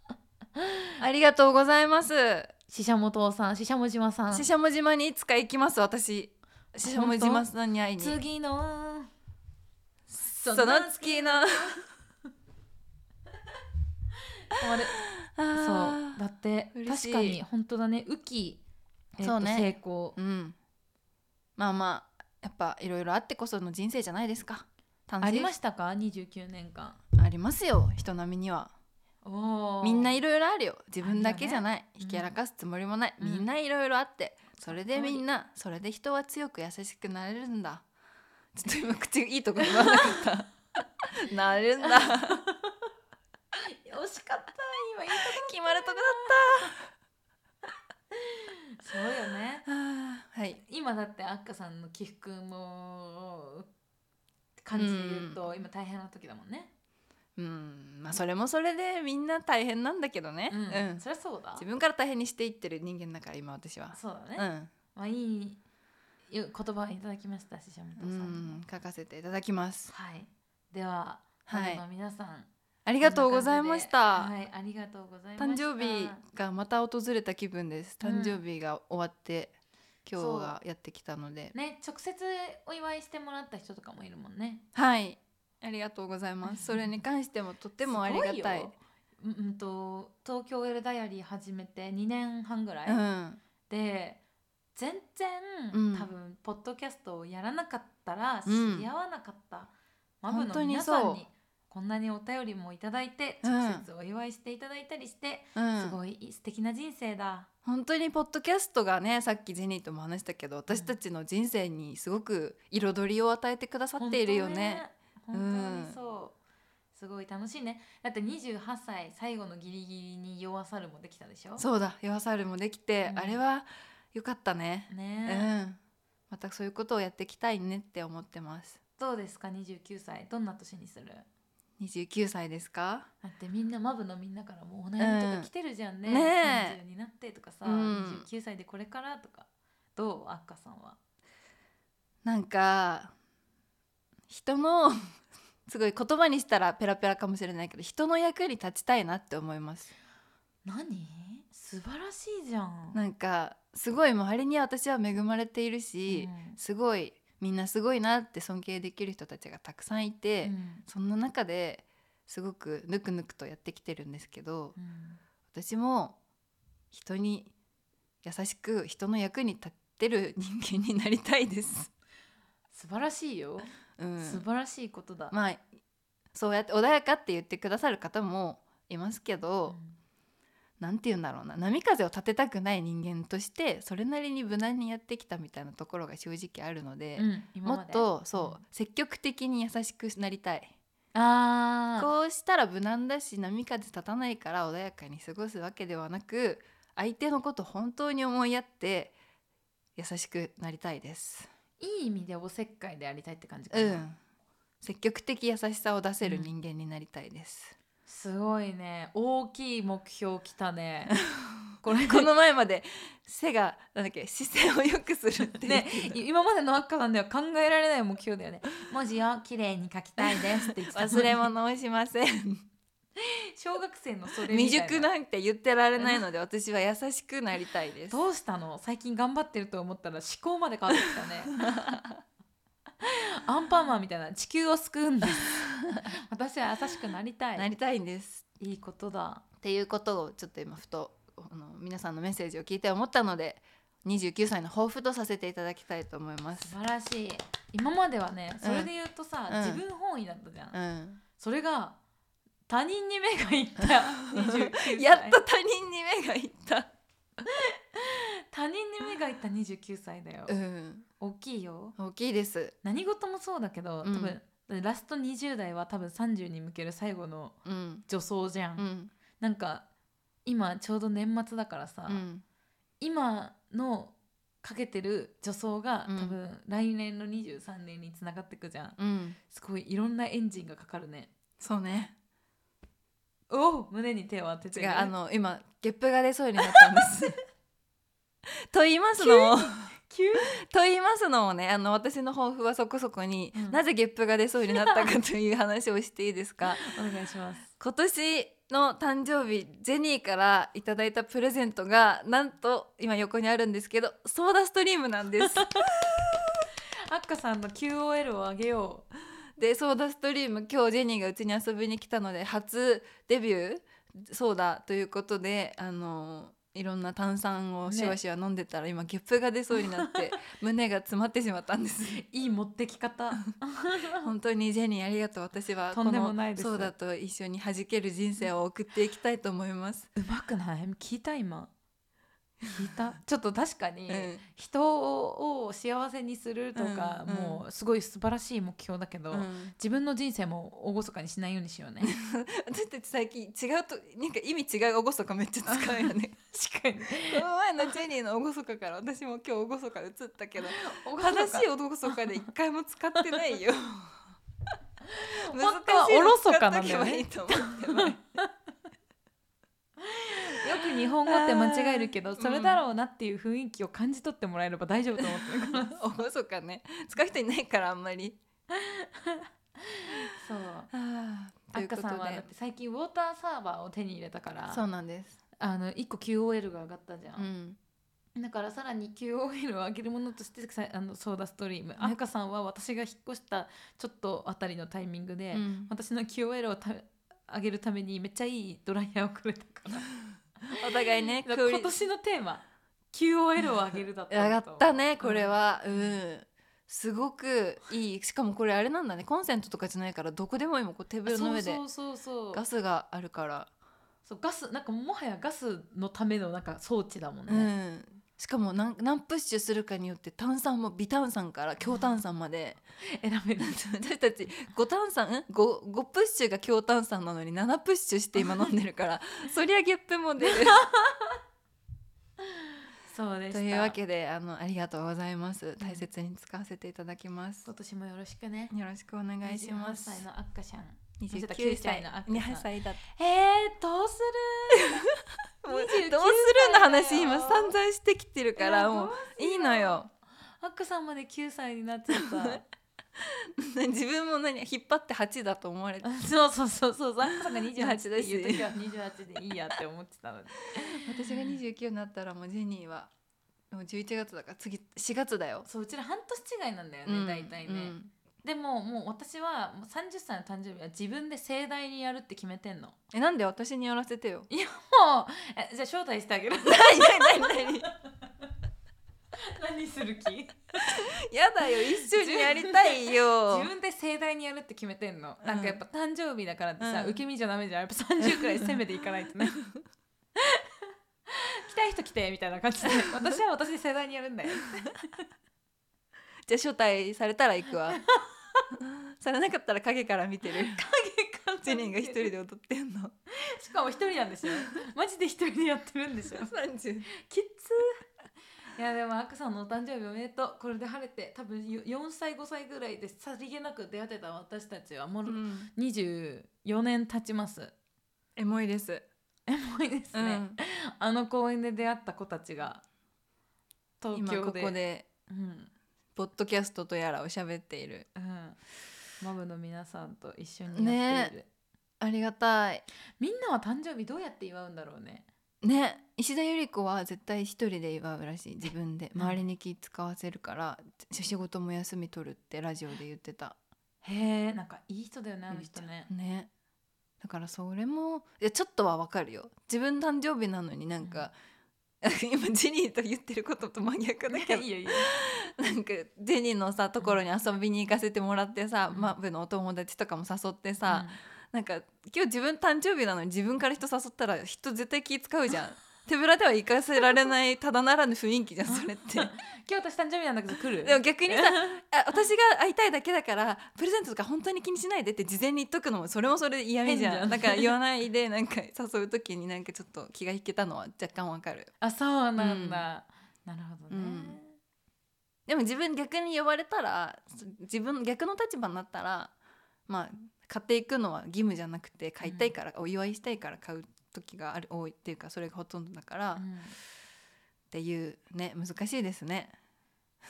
Speaker 1: ー
Speaker 2: ーありがとうございます
Speaker 1: ししゃもとうさんししゃもじまさん
Speaker 2: ししゃも島にいつか行きます私ししゃも島さんに会いに
Speaker 1: 次の
Speaker 2: そ
Speaker 1: そ
Speaker 2: の
Speaker 1: の
Speaker 2: 月の
Speaker 1: 終わる
Speaker 2: あ
Speaker 1: そう
Speaker 2: ー
Speaker 1: だって
Speaker 2: 嬉しい
Speaker 1: 確かに本当だね雨季、えっと
Speaker 2: そうね
Speaker 1: 成功
Speaker 2: うんまあまあやっぱいろいろあってこその人生じゃないですか楽しい
Speaker 1: ありましたか29年間
Speaker 2: ありますよ人並みには
Speaker 1: おー
Speaker 2: みんないろいろあるよ自分だけじゃない、
Speaker 1: うん
Speaker 2: ひけらかすつもりもない、
Speaker 1: うん
Speaker 2: みんないろいろあってそれで
Speaker 1: その通
Speaker 2: み
Speaker 1: り
Speaker 2: んなそれで人は強く優しくなれるんだちょっと今口いいとこ言わなか (laughs) ったなれるんだ
Speaker 1: 惜しかった今いい
Speaker 2: (laughs) 決まるとこだっ
Speaker 1: そうよね
Speaker 2: たはあはい
Speaker 1: 今だってあっかさんの起伏も感じで言うと、今大変な時だもんね
Speaker 2: うんまあそれもそれでみんな大変なんだけどね
Speaker 1: う、
Speaker 2: うんん、
Speaker 1: そりゃそうだ
Speaker 2: 自分から大変にしていってる人間だから今私は
Speaker 1: そうだね、
Speaker 2: うん
Speaker 1: まあいい言葉をいただきましたししゃもと
Speaker 2: う
Speaker 1: うさんにも、
Speaker 2: ん書かせていただきます
Speaker 1: はいでは、
Speaker 2: はい
Speaker 1: あの皆さんあ
Speaker 2: あり
Speaker 1: り
Speaker 2: がとうございました、
Speaker 1: はいありがとうございま
Speaker 2: 誕
Speaker 1: した
Speaker 2: 生日がまた訪れた気分です
Speaker 1: うん
Speaker 2: 誕生日が終わって、
Speaker 1: そ
Speaker 2: 今
Speaker 1: う
Speaker 2: 日がやってきたので
Speaker 1: ね直接お祝いしてもらった人とかもいるもんね
Speaker 2: はいありがとうございますそれに関してもとってもありが
Speaker 1: す
Speaker 2: た
Speaker 1: ご
Speaker 2: い
Speaker 1: ようんうんと東京 L ダイアリー始めて2年半ぐらい、
Speaker 2: うん
Speaker 1: で全然、
Speaker 2: うん
Speaker 1: 多分ポッドキャストをやらなかったら知
Speaker 2: うん
Speaker 1: り合わなかった、マブ
Speaker 2: 本
Speaker 1: の
Speaker 2: 当に
Speaker 1: 皆さん
Speaker 2: そう
Speaker 1: にこんなにお便りもいただいて
Speaker 2: うん
Speaker 1: 直接お祝いしていただいたりして、
Speaker 2: うん
Speaker 1: すごい素敵な人生だ
Speaker 2: 本当にポッドキャストがねさっきジェニーとも話したけど私たちの人生にすごく彩りを与えてくださっているよね。
Speaker 1: 本当にそう、すごい楽しいねだって28歳最後のギリギリに弱さるもできたでしょ
Speaker 2: そうだ「夜サルもできて、
Speaker 1: うん
Speaker 2: あれは良かったね。
Speaker 1: ね
Speaker 2: う
Speaker 1: え、
Speaker 2: んまたそういうことをやっていきたいねって思ってます
Speaker 1: どうですか29歳どんな年にする
Speaker 2: 29歳ですか
Speaker 1: だってみんなマブのみんなからもうお悩みと
Speaker 2: うん
Speaker 1: か来てるじゃんね,、
Speaker 2: ねえ
Speaker 1: 30になってとかさ、
Speaker 2: うん
Speaker 1: 29歳でこれからとかどうあっかさんは
Speaker 2: なんか人の (laughs) すごい言葉にしたらペラペラかもしれないけど人の役に立ちたいなって思います
Speaker 1: 何素晴らしいじゃん
Speaker 2: なんかすごい周りには私は恵まれているし、
Speaker 1: うん
Speaker 2: すごいみんなすごいなって尊敬できる人たちがたくさんいて、
Speaker 1: うん
Speaker 2: そんな中ですごくぬくぬくとやってきてるんですけど
Speaker 1: うん
Speaker 2: 私も人に優しく人の役に立ってる人間になりたいです。
Speaker 1: 素晴らしいよ、
Speaker 2: うん、
Speaker 1: 素晴らしいことだ、
Speaker 2: まあそうやって穏やかって言ってくださる方もいますけ
Speaker 1: う
Speaker 2: ど、
Speaker 1: ん
Speaker 2: なんて言うんだろうな波風を立てたくない人間としてそれなりに無難にやってきたみたいなところが正直あるので、
Speaker 1: うん今
Speaker 2: も
Speaker 1: ま
Speaker 2: っ
Speaker 1: で
Speaker 2: とそうう積極的に優しくなりたい。
Speaker 1: あー
Speaker 2: こうしたら無難だし波風立たないから穏やかに過ごすわけではなく相手のこと本当に思いやって優しくなりたいです。
Speaker 1: いい意味でおせっかいでありたいって感じか
Speaker 2: う
Speaker 1: な、
Speaker 2: ん積極的優しさを出せる
Speaker 1: うん
Speaker 2: 人間になりたいです。
Speaker 1: すごいね大きい目標きたね
Speaker 2: (laughs)
Speaker 1: これ
Speaker 2: この前まで背がなんだっけ姿勢を良くするって
Speaker 1: ね、い今までのあっかさんでは考えられない目標だよね文字を綺麗に書きたいですって言ってたのに
Speaker 2: (laughs) 忘れ物をしません
Speaker 1: 小学生のそれ
Speaker 2: (laughs) 未
Speaker 1: みたい
Speaker 2: 熟
Speaker 1: な
Speaker 2: なんて言ってられないので私は優しくなりたいです。
Speaker 1: どうしたの最近頑張ってると思ったら思考まで変わってきたね
Speaker 2: (laughs)
Speaker 1: アンパンマンみたいな地球を救うん
Speaker 2: (laughs)
Speaker 1: です私は優しくなりたい
Speaker 2: なりたいんです。
Speaker 1: いいことだ
Speaker 2: っていうことをちょっと今ふとあの皆さんのメッセージを聞いて思ったので29歳の抱負とさせていただきたいと思います
Speaker 1: 素。晴らしい今まではねそれで言うとさ、
Speaker 2: うん
Speaker 1: 自分本位だったじゃん、
Speaker 2: うん、
Speaker 1: それが他人に目がいった
Speaker 2: (laughs)
Speaker 1: 29歳
Speaker 2: やっと他人に目がいった。
Speaker 1: 他人に目がいった29歳だよ、
Speaker 2: うん、
Speaker 1: 大きいよ
Speaker 2: 大きいです。
Speaker 1: 何事もそうだけど多
Speaker 2: うん
Speaker 1: 分、ラスト20代は多分30に向ける最後の
Speaker 2: うん、
Speaker 1: 助走じゃん、
Speaker 2: うん、
Speaker 1: なんか今ちょうど年末だからさ、
Speaker 2: うん、
Speaker 1: 今のかけてる助走が
Speaker 2: うん
Speaker 1: 多分来年の23年につながってくじゃん
Speaker 2: うん、
Speaker 1: すごいいろんなエンジンがかかるね
Speaker 2: そうね。
Speaker 1: おお胸に手を当てて
Speaker 2: 違
Speaker 1: る
Speaker 2: う、あの今ゲップが出そうになったん (laughs) です。と言いますのも、
Speaker 1: 急に
Speaker 2: と言いますのもね、あの私の抱負はそこそこに、
Speaker 1: うん
Speaker 2: なぜゲップが出そうになったかという話をしていいです (laughs) か。
Speaker 1: お願いします
Speaker 2: 今年の誕生日ジェニーからいただいたプレゼントがなんと今横にあるんですけどソーダストリームなんです
Speaker 1: あっかさんの QOL を上げよう
Speaker 2: でソーダストリーム今日ジェニーがうちに遊びに来たので初デビューソーダということであのいろんな炭酸をしわしわ飲んでたら、今ゲップが出そうになって
Speaker 1: (laughs)
Speaker 2: 胸が詰まってしまったんです
Speaker 1: いい持ってき (laughs) 方
Speaker 2: 本当にジェニーありがとう私は
Speaker 1: と
Speaker 2: こ
Speaker 1: んでも
Speaker 2: の
Speaker 1: ないです
Speaker 2: ソーダと一緒に弾ける人生を送っていきたいと思います、
Speaker 1: うまくない聞いた今聞いた (laughs) ちょっと確かに、
Speaker 2: うん
Speaker 1: 人を幸せにするとか、
Speaker 2: うんうん
Speaker 1: もうすごい素晴らしい目標だけど、
Speaker 2: うん
Speaker 1: 自分の人生も厳かにしないようにしようね
Speaker 2: 私たち最近違うとなんか意味違う厳かめっちゃ使うよ
Speaker 1: (laughs)
Speaker 2: ね
Speaker 1: (laughs) 確かに
Speaker 2: この前のジェニーの厳かから私も今日厳か移ったけど
Speaker 1: 正
Speaker 2: 正し
Speaker 1: し
Speaker 2: い厳かで一回も使ってないよ
Speaker 1: 本当はおろそかなんだよね
Speaker 2: 難しいの使っとけばいいと思ってま
Speaker 1: いよく日本語って間違えるけどそれだろうなっていう雰囲気を感じ取ってもらえれば大丈夫と思ってるから
Speaker 2: す厳かね使う人いないからあんまり
Speaker 1: (laughs) そう
Speaker 2: あ
Speaker 1: あっかさんはだって最近ウォーターサーバーを手に入れたから
Speaker 2: そうなんです
Speaker 1: あの1個 QOL が上がったじゃ
Speaker 2: う、ん
Speaker 1: だからさらに QOL を上げるものとしてさあのソーダストリーム、赤さんは私が引っ越したちょっとあたりのタイミングで、
Speaker 2: うん
Speaker 1: 私の QOL をた上げるためにめっちゃいいドライヤーをくれたから
Speaker 2: お互いねクオリ
Speaker 1: 今年のテーマ QOL を上げるだった
Speaker 2: 上が
Speaker 1: と
Speaker 2: っ
Speaker 1: 思う
Speaker 2: たねこれはうんすごくいいしかもこれあれなんだねコンセントとかじゃないからどこでも今こうテーブルの上で
Speaker 1: そうそうそうそう
Speaker 2: ガスがあるから
Speaker 1: そうガスなんかもはやガスのためのなんか装置だもん
Speaker 2: う
Speaker 1: ね、
Speaker 2: んしかも何何プッシュするかによって炭酸も微炭酸から強炭酸まで
Speaker 1: 選べる
Speaker 2: (laughs) 私たち5炭酸ん 5, 5プッシュが強炭酸なのに7プッ (laughs) シュして今飲んでるからそりゃゲップも出る
Speaker 1: そうでした
Speaker 2: というわけであのありがとうございます大切に使わせていただきます、
Speaker 1: 今年もよろしくね
Speaker 2: よろしくお願いします
Speaker 1: 28歳のアッカシャン
Speaker 2: 29
Speaker 1: 29
Speaker 2: 歳
Speaker 1: 歳
Speaker 2: の
Speaker 1: の
Speaker 2: 2歳だっ
Speaker 1: えー、どうす
Speaker 2: た
Speaker 1: る (laughs)
Speaker 2: もうどうす
Speaker 1: 29
Speaker 2: るの話
Speaker 1: 歳だよ
Speaker 2: 今散々してきてる
Speaker 1: る
Speaker 2: からもういいのよ (laughs)
Speaker 1: アッカさんまで9歳になっちゃった
Speaker 2: 自分も何引っ張って8だと思われて
Speaker 1: あ (laughs) そうそうそうそうアッカさんが28
Speaker 2: 28
Speaker 1: っていう時は28でいいやって思ってたので
Speaker 2: 私が29になったらもうジェニーはもう11月だから次4月だよ、
Speaker 1: そううちら半年違いなんだよ
Speaker 2: う
Speaker 1: ね、
Speaker 2: ん、
Speaker 1: 大体ね、でももう私はもう30歳の誕生日は自分で盛大にやるって決めてんのも
Speaker 2: えなんで私にやらせて (laughs) よ
Speaker 1: うえじゃあ招待してあげる (laughs)
Speaker 2: 何何何何
Speaker 1: 何する気
Speaker 2: やだよ一緒にやりたいよ
Speaker 1: 自分で盛大にやるって決めてんの、なん
Speaker 2: うん
Speaker 1: かやっぱ誕生日だからってさ、
Speaker 2: うん
Speaker 1: 受け身じゃダメじゃんやっぱ30くらい攻めていかないと
Speaker 2: (laughs)
Speaker 1: ね来たい人来てみたいな感じで私は私で盛大にやるんだよ
Speaker 2: じゃあ招待されたら行く (laughs) わされなかったら影から見てるジェニーが一人で踊ってんの
Speaker 1: しかも一人なんですよマジで一人でやってるんですよ
Speaker 2: 30
Speaker 1: きっついやでも赤さんのお誕生日おめでとうこれで晴れて多分よ4歳5歳ぐらいでさりげなく出会ってた私たちはもう
Speaker 2: うん
Speaker 1: 24年経ちます
Speaker 2: エモいです、
Speaker 1: エモいです
Speaker 2: う
Speaker 1: ね、
Speaker 2: ん、
Speaker 1: あの公園で出会った子たちが東
Speaker 2: 今
Speaker 1: 京で
Speaker 2: ここで
Speaker 1: うん
Speaker 2: ポッドキャストとやらを喋っている
Speaker 1: うん、マブの皆さんと一緒にやっている、
Speaker 2: ありがたい
Speaker 1: みんなは誕生日どうやって祝うんだろうね
Speaker 2: ね石田ゆり子は絶対一人で祝うらしい自分で
Speaker 1: うん
Speaker 2: 周りに気使わせるから仕事も休み取るってラジオで言ってた
Speaker 1: へえんかいい人だよねあの
Speaker 2: ゆりち
Speaker 1: 人
Speaker 2: ゃん
Speaker 1: ね
Speaker 2: ねだからそれもいやちょっとはわかるよ自分誕生日なのになんか、 (laughs) 今ジェニーと言ってることと真逆だけど
Speaker 1: いいよいいよ
Speaker 2: なんかジェニーのさところに遊びに行かせてもらってさ、
Speaker 1: うん
Speaker 2: マブのお友達とかも誘ってさ、なんか今日自分誕生日なのに自分から人誘ったら人絶対気使うじゃん手ぶらでは行かせられないただならぬ雰囲気じゃんそ
Speaker 1: (laughs)
Speaker 2: れって
Speaker 1: 今日私誕生日なんだけど来る
Speaker 2: でも逆にさあ私が会いたいだけだからプレゼントとか本当に気にしないでって事前に言っとくのもそれもそれで嫌味じゃん
Speaker 1: 変じゃん
Speaker 2: だから言わな
Speaker 1: (laughs)
Speaker 2: いでなんか誘う時になんかちょっと気が引けたのは若干わかる
Speaker 1: (laughs) あそうなんだ、なるほどね、
Speaker 2: うんでも自分逆に呼ばれたら自分逆の立場になったらまあ買っていくのは義務じゃなくて買いたいから、お祝いしたいから買う時がある多いっていうかそれがほとんどだから、
Speaker 1: う
Speaker 2: っ
Speaker 1: ん
Speaker 2: ていうね難しいですね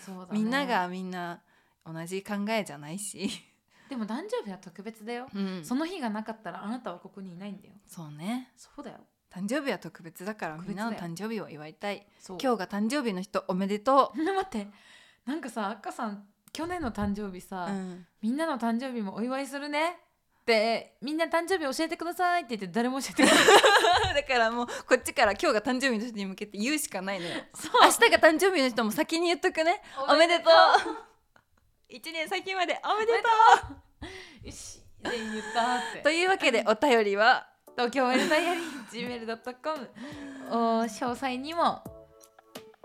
Speaker 1: そうだね
Speaker 2: みんながみんな同じ考えじゃないし、
Speaker 1: でも誕生日は特別だよ、
Speaker 2: (laughs) うん
Speaker 1: その日がなかったらあなたはここにいないんだよ
Speaker 2: そうね
Speaker 1: そうだよ
Speaker 2: 誕生日は特別だから
Speaker 1: 特
Speaker 2: み
Speaker 1: 別
Speaker 2: ん
Speaker 1: だ
Speaker 2: な
Speaker 1: よ
Speaker 2: の誕生日を祝いたい
Speaker 1: そう
Speaker 2: 今日が誕生日の人おめで
Speaker 1: (laughs)
Speaker 2: と
Speaker 1: 待ってなんかさ赤さん去年の誕生日
Speaker 2: う、
Speaker 1: さ、
Speaker 2: うん、 (laughs)
Speaker 1: みんなの誕生日もお祝いするねってみんな誕生日教えてくださいって言って誰も教えてくれない
Speaker 2: だからもうこっちから今日が誕生日の人に向けて言うしかないのよ
Speaker 1: そう
Speaker 2: 明日が誕生日の人も先に言っとくね (laughs) おめでとう (laughs) 一年先までおめでと
Speaker 1: うよしで言ったっ
Speaker 2: うと
Speaker 1: て
Speaker 2: いうわけでお便りは
Speaker 1: 東京ウェルダイアリー gmail.com お詳細にも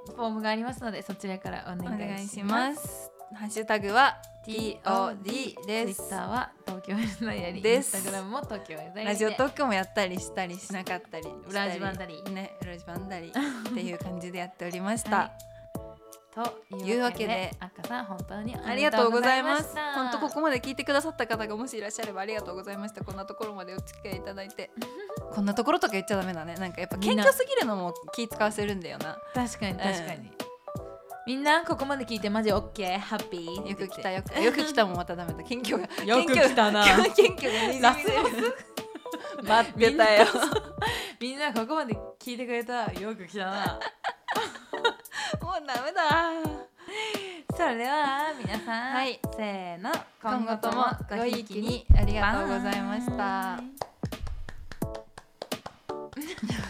Speaker 1: フォームがありますのでそちらからお
Speaker 2: お
Speaker 1: 願
Speaker 2: 願い
Speaker 1: い
Speaker 2: し
Speaker 1: します
Speaker 2: ますハッシュタグは TOD
Speaker 1: TOD
Speaker 2: で
Speaker 1: です
Speaker 2: す
Speaker 1: Twitter は東京ウェルダイアリーイ
Speaker 2: で
Speaker 1: ン
Speaker 2: す
Speaker 1: スタグラムも東京ウェルダイアリー
Speaker 2: ラジオ
Speaker 1: で
Speaker 2: トークもやったりしたりしなかったりしたり
Speaker 1: 裏地バンダリー
Speaker 2: ね裏地バンダリーっていう感じでやっておりまし
Speaker 1: は
Speaker 2: た
Speaker 1: いと
Speaker 2: い
Speaker 1: いうう
Speaker 2: わ
Speaker 1: わ
Speaker 2: け
Speaker 1: け
Speaker 2: で
Speaker 1: で赤さん本当に
Speaker 2: ありがとうございます
Speaker 1: ありが
Speaker 2: 本
Speaker 1: と
Speaker 2: 当
Speaker 1: うございました
Speaker 2: ここまで聞いてくださった方がもしいらっしゃればありがとうございましたこんなところまでお付き合いいただい (laughs) てこんなところとか言っちゃダメだねなんかやっぱ
Speaker 1: み
Speaker 2: 謙
Speaker 1: んな
Speaker 2: 虚すぎるのも気使わせるんだよな
Speaker 1: 確かに確かに、みんなここまで聞いてマジオッケーハッピー
Speaker 2: よく来たよくよく来たもまたダメだ謙虚が
Speaker 1: よく来たな
Speaker 2: 謙虚がにじみ
Speaker 1: ラスボ
Speaker 2: ス待ってたよ
Speaker 1: みんなここまで聞いてくれたよく来たな
Speaker 2: (laughs) もうダメだ
Speaker 1: (laughs) それでは皆さん、
Speaker 2: はい
Speaker 1: せーの
Speaker 2: 今後ともご
Speaker 1: ひ
Speaker 2: い
Speaker 1: いき
Speaker 2: きにありがとうございました
Speaker 1: バイ